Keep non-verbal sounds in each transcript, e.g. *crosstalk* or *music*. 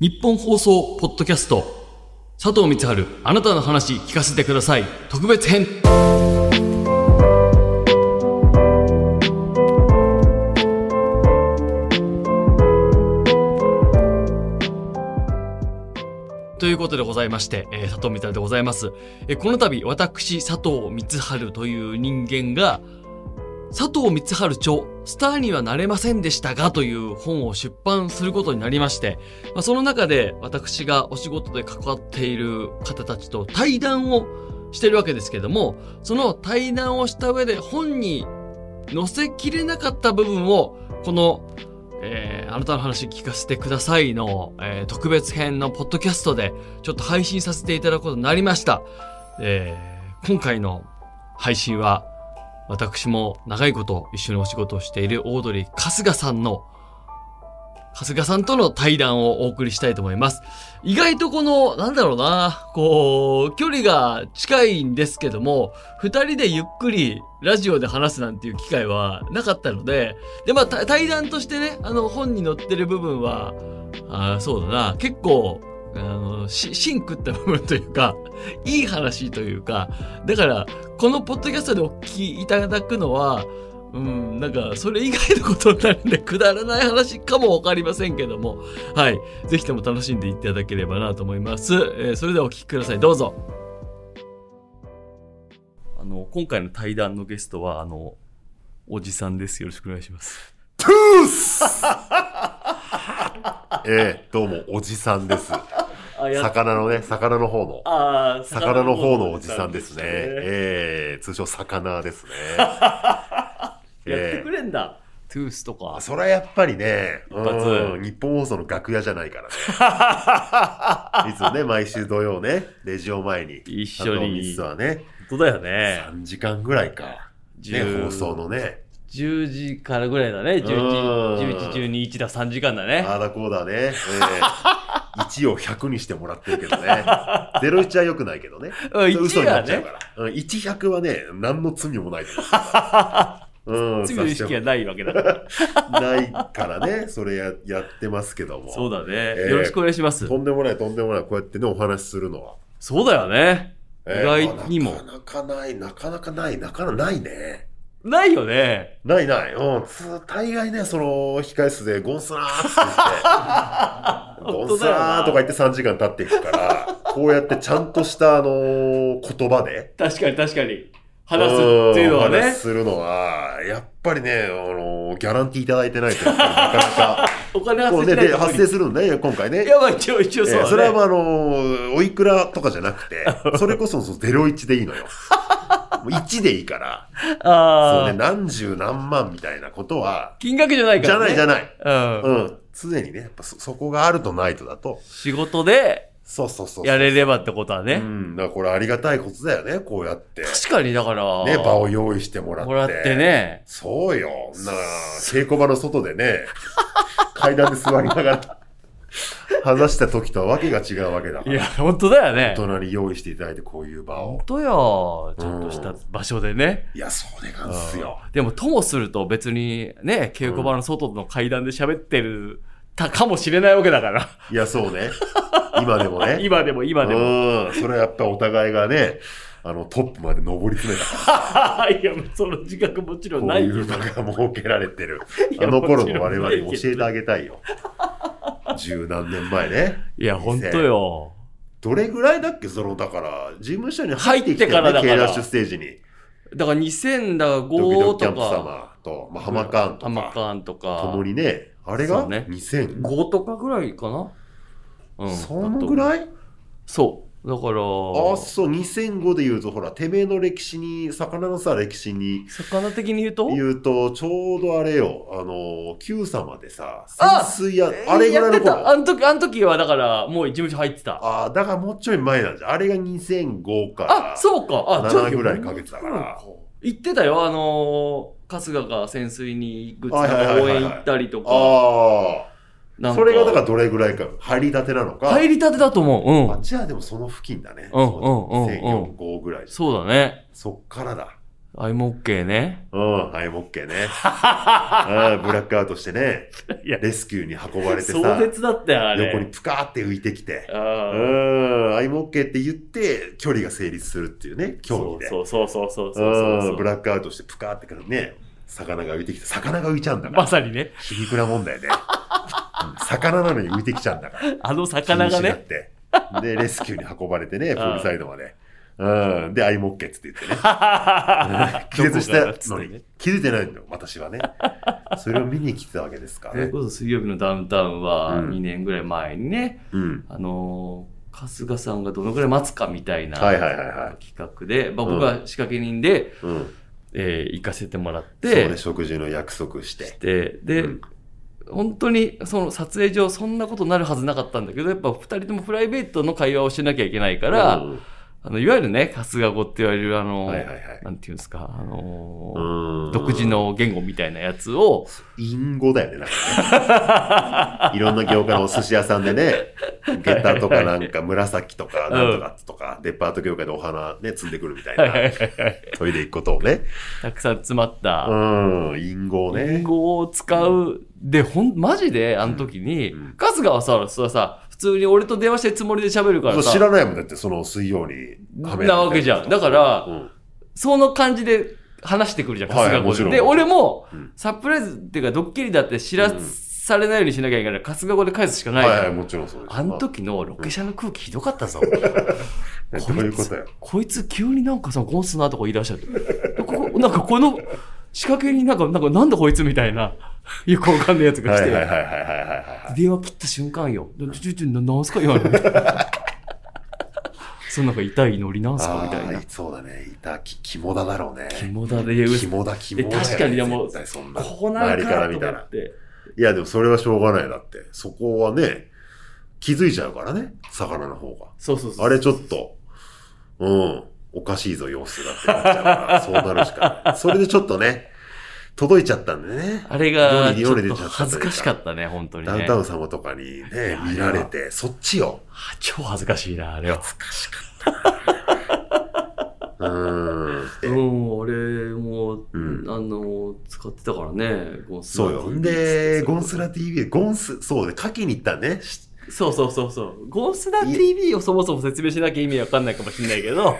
日本放送ポッドキャスト佐藤光春あなたの話聞かせてください特別編ということでございまして、えー佐藤光春でございます、えーこの度私佐藤光春という人間が佐藤光春著スターにはなれませんでしたがという本を出版することになりまして、まあ、その中で私がお仕事で関わっている方たちと対談をしてるわけですけども、その対談をした上で本に載せきれなかった部分を、この、えーあなたの話聞かせてくださいの、えー特別編のポッドキャストでちょっと配信させていただくことになりました。えー今回の配信は、私も長いこと一緒にお仕事をしているオードリー春日さんの春日さんとの対談をお送りしたいと思います。意外とこの、なんだろうな、こう、距離が近いんですけども、二人でゆっくりラジオで話すなんていう機会はなかったので、で、まあ、た対談としてね、あの、本に載ってる部分は、あーそうだな、結構、あの、し、芯食った部分というか、いい話というか、だから、このポッドキャストでお聞きいただくのは、うん、なんか、それ以外のことになるんで、くだらない話かもわかりませんけども、はい。ぜひとも楽しんでいただければなと思います。えーそれではお聞きください。どうぞ。あの、今回の対談のゲストは、あの、おじさんです。よろしくお願いします。トゥース *laughs* ええ、どうも、おじさんです。あ、魚のね、魚の方の。あー魚の方のおじさんですね。えええ、通称魚ですね。 *laughs* やってえくえ、れんだ。トゥースとか。それはやっぱりね、一発うん日本放送の楽屋じゃないから *laughs* ね。いつもね、毎週土曜ね、レジオ前に。一緒にあの実はね、本当だよね。 3時間ぐらいか。ね、 10放送のね、 10時からぐらいだね。11、11、12、1だ、3時間だね。あーだこうだね。 *laughs* ええ1を100にしてもらってるけどね。01は良くないけどね。うん1嘘になっちゃうから。うん100はね、何の罪もないと思 *laughs* う。うん、罪の意識がさないわけだから。ないからね、それややってますけど *laughs* も。そうだね、えーよろしくお願いします。とんでもない、とんでもない、こうやってね、お話しするのは。そうだよね。ええ意外にもなかなかない、なかなかない、なかなかないね。ないよね。ないない。うん、つ大概ね、その、控室でゴンスラーって *laughs* 言って。ど本ん当だよさーなとか言って3時間経っていくから、こうやってちゃんとした、あのー言葉で、確かに確かに。話すっていうのはんお話ねし。するのは、やっぱりね、あのーギャランティーいただいてないと、やっぱりなかなか、お金 *laughs* こ発生しうね、ないで、とこに発生するのね、今回ね。いや、まあ一応、一応そうだえね。ーそれはまあ、あのーおいくらとかじゃなく *laughs* て、それこそ、その01でいいのよ。もう1でいいから、あそうあ、ね、何十何万みたいなことは、金額じゃないかじゃら、なね。いじゃない。ない。うん。うん。常にね、やっぱそ、そこがあるとないとだと、仕事でそうそうそうそう。やれればってことはね。うん、だからこれありがたいことだよね、こうやって。確かに、だから。ね、場を用意してもらって。もらって。ね。そうよ。なあ、稽古場の外でね、 *laughs* 階段で座りながら、話した時とはわけが違うわけだかいら。や、本当だよね。隣用意していただいて、こういう場を本。当よ。ちゃんとした場所でね。いや、そうでがんすよ。でも、ともすると別にね、稽古場の外の階段で喋ってる、たかもしれないわけだから。いや、そうね。今でもね。 *laughs* 今でも今でも。うん。それはやっぱお互いがね、あの、トップまで上り詰めたから。いや、その自覚もちろんこなういいけどう場が設けられてる。いあやの頃もちのろん我な々いけどに教えてあげたいよ。十何年前ね。いや、ほんとよ。どれぐらいだっけその、だから、事務所に入ってきて、ね、入ってからだからケイダッシュステージに。だからドキド2005キキャとンプか、様と、まあ、ハマカーンとハマカか、ーンとか、共にね、あれがそうね2005、 5とかぐらいかな。うん。そのぐらいそう。だから、あ、そう、2005で言うと、ほら、てめえの歴史に、魚のさ、歴史に、魚的に言うと言うと、ちょうどあれよ、あの、Q 様でさ、あ潜水や、あれぐらいのやってた。あ頃。の時、あの時はだから、もう事務所入ってた。ああ、だからもうちょい前なんじゃん。あれが2005から。あ、そうか。あ、ちょっ7とぐらいかけてたから。行ってたよ、あのー、春日が潜水に行く、はいはいはい応はい援行ったりとか。あなあ、んそれがだからどれぐらいか、入りたてなのか。入りたてだと思う。うあん。じゃあでもその付近だね。うんそううんうんうん2004、5ぐらい。そうだね。そっからだ。アイムオッケーね。うん、はい、もっ *laughs* けね。あブラックアウトしてね、いやレスキューに運ばれて壮さ、絶だったよ、あれ。横にプカーって浮いてきて、うああ。ん、アイムオッケーって言って、距離が成立するっていうね、競技で。そうそうそうそうそうそうそううん、ブラックアウトしてプカーってからね、魚が浮いてきて、魚が浮いちゃうんだから。まさにね、皮肉なもんだよね。うん魚なのに浮いてきちゃうんだから。あの魚が気にしなっね、て。で、レスキューに運ばれてね、プールサイドまで。うん。で、アイモッケっつって言ってね。 *laughs* *laughs* 気絶したのに。気づいてないんだよ、私はね。それを見に来てたわけですかそれね。こそ水曜日のダウンタウンはうん2年ぐらい前にね、うん。あのー春日さんがどのぐらい待つかみたいなはい企はいはいはい。画で、まあ、うん僕は仕掛け人で、うん。えー行かせてもらっそうね、て、食事の約束して。でで、うん本当にその撮影上そんなことになるはずなかったんだけどやっぱ2人ともプライベートの会話をしなきゃいけないから、うんあのいわゆるね春日語って言われるあの、はいはいはい。なんていうんですか、あのーうん独自。の言語みたいなやつを、隠語だよね、なんか *laughs* ね。いろんな業界のお寿司屋さんでね、 *laughs* 下駄とかなんか紫とかなんとかとか、デパート業界でお花ね、積んでくるみたいな、トイレ行くことをね。たくさん詰まったうん、隠語言ね。語を使う。で、ほん、マジで、あの時にうん、春日はさ、それはさ、普通に俺と電話してるつもりで喋るからそう知さ、らないもんだって、その水曜にカメラなわけじゃん。だからう、んその感じで話してくるじゃん、はい春も日ち語ろんで。で、俺もうん、サプライズっていうか、ドッキリだって知らされないようにしなきゃいけないから、春日語で返すしかないはいじゃんはい、もちろんそうです。あの時のロケ車の空気ひどかっ *laughs* たぞ。あどういうことよ。こいつ急になんかさ、ゴンスなとか言い出しちゃって。ここなんかこの仕掛けになんか、なんかなんだこいつみたいな、よくわかんないやつがは来て。いはいはいはいはいはいはい。電話切った瞬間よ。ちょちょちょ、ななんすか今 *laughs* の。そのなんか痛いノリなんすかみたいあなー。そうだね。いた、き、肝だだろうね。肝だで、肝だ、肝だよね。確かにでも絶対そんな。こうな周るりかからら見とたからっ。て。いや、でもそれはしょうがない。だって、そこはね、気づいちゃうからね、魚の方が。そうそうそう。あれちょっと、うん、おかしいぞ、様子がってなっちゃうから、そうなるしかない。それでちょっとね、届いちゃったんでね。あれが、世にちょ世っに出とちゃったというか恥ずかしかったね、本当にダウンねタ。ウン様とかにね、見られて、そっちよ。あ超恥ずかしいな、あれは。うーん。うでん、あれも、うんあの、使ってたからね、ゴンスラそうよ。TV んで、そうゴンスラ TV で、ゴンス、そうで、書きに行ったね。しそうそうそうそう。ゴースダ TV をそもそも説明しなきゃ意味わかんないかもしれないけ *laughs* ど、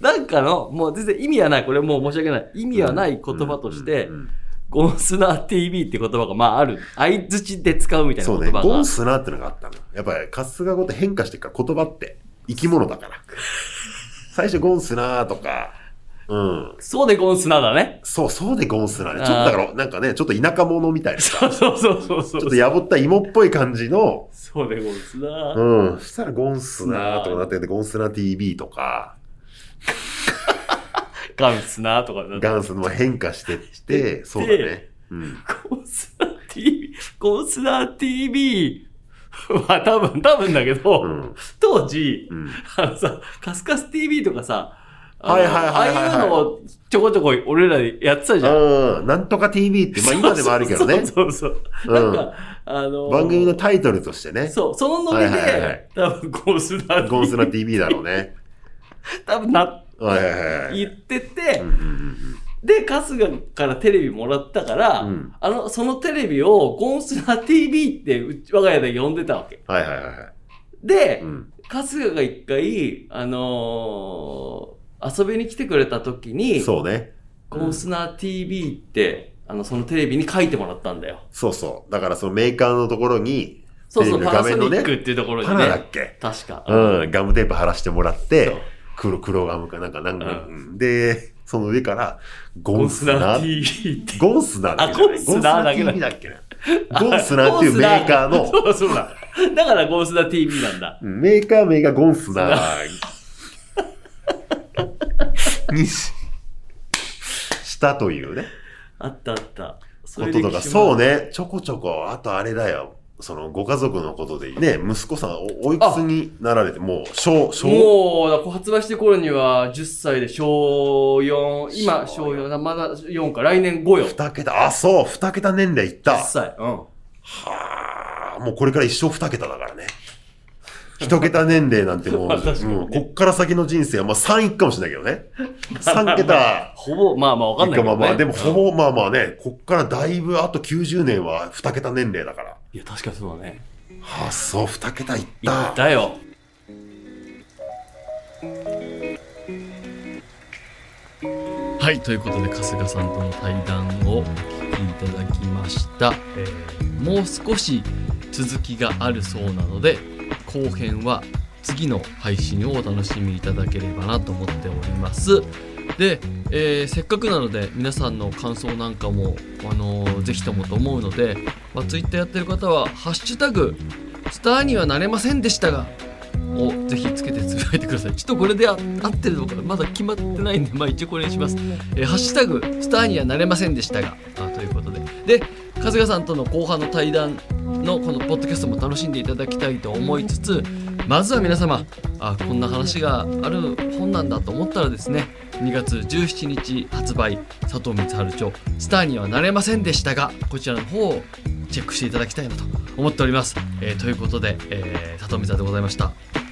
なんかの、もう全然意味はない、これもう申し訳ない。意味はない言葉としてうん、うんゴースダ TV って言葉がまあある。相づちで使うみたいなそう言ね、葉ゴが。ンスラってのがあったのよ。やっぱり、春日語って変化してるから、言葉って生き物だ *laughs* から。最初、ゴンスナーとか、うん。そうでゴンスナだね。そう、そうでゴンスナーね。あーちょっとだから、なんかね、ちょっと田舎者みたいなさ、そうそうそうそちょっうと。やぼった芋っぽい感じの、そうでゴンスナ。うん。そしたら、ゴンスナーとかなってて、ゴンスナー TV とか、ガンスナとかだ。ガンスの変化してって、そうだね。うん。ゴンスナ TV、ゴンスナ *laughs* TV は多分、多分だけど、うん。当時、うん。あのさ、カスカス TV とかさ、あのはいはいはいはいはいああいうのをちょこちょこ俺らでやってたじゃん。うん。なんとか TV って、まあ今でもあるけどね。そうそうそう。うんなんか、あのー番組のタイトルとしてね。そう、そのノリで、はいはいはい多分ゴンスナゴンスナって TV だろうね。多分な、 *laughs* はいはいはい。言ってて、うんうんうんで、春日からテレビもらったから、うんあの、そのテレビをゴンスナ TV ってうち我が家で呼んでたわけ。はいはいはいはい。で、うん。春日が一回、あのー遊びに来てくれた時に、そうね。ゴースナー TV って、あの、そのテレビに書いてもらったんだよ。そうそう。だからそのメーカーのところに、そうそう、テレビパナのソ画ニ面のねックっていうところにパナだね。っけ確か。うん。ガムテープ貼らしてもらっそうて、黒、黒ガムかなんかなんか、うで、その上から、ゴゴンンススナナー TV って。ゴンスナだけじゃあないゴンスナだけだ TV だっけな。ゴンスナっていうメーカーの、 *laughs* そうそうだ。だからゴースナー TV なんだ。うんメーカー名がゴン *laughs* スナにし、したというね。あったあった。そこういうとと歴か、史もそあうる。ね、ちょこちょこ、あとあれだよ、その、ご家族のことでね、息子さん、おおいくつになられて、もう、小、小、もう、だから発売してる頃には10歳で小4、今小小四4だ、まだ4か、来年5よ。10二桁、あ、そう、二桁年齢いった。歳。うん。はあ、もうこれから一生二桁だからね。一桁年齢なんてもう、まあ *laughs* 確かにねもうこっから先の人生は、まあ3いくかもしれないけどね。3桁。ほぼ、まあまあわかんないけど、ね。いくまあまあ、でもうほんぼまあまあね、こっからだいぶあと90年は2桁年齢だから。いや、確かにそうだね。はあ、そう、2桁いっいた。ったよ。はい、ということで、春日さんとの対談をお聞きいただきました。えーもう少し続きがあるそうなので、後編は次の配信をお楽しみいただければなと思っております。で、えーせっかくなので皆さんの感想なんかも、あのーぜひともと思うので、まあ、Twitter やってる方は「ハッシュタグスターにはなれませんでしたが」をぜひつけてつぶやいてくださいちょっとこれであ合ってるのかまだ決まってないんで、まあ、一応これにします「えーハッシュタグスターにはなれませんでしたが」あということでで春日さんとの後半の対談のこのポッドキャストも楽しんでいただきたいと思いつつまずは皆様あこんな話がある本なんだと思ったらですね2月17日発売佐藤光春著「スターにはなれませんでしたが」こちらの方をチェックしていただきたいなと思っております、えーということで、えー、佐藤光春でございました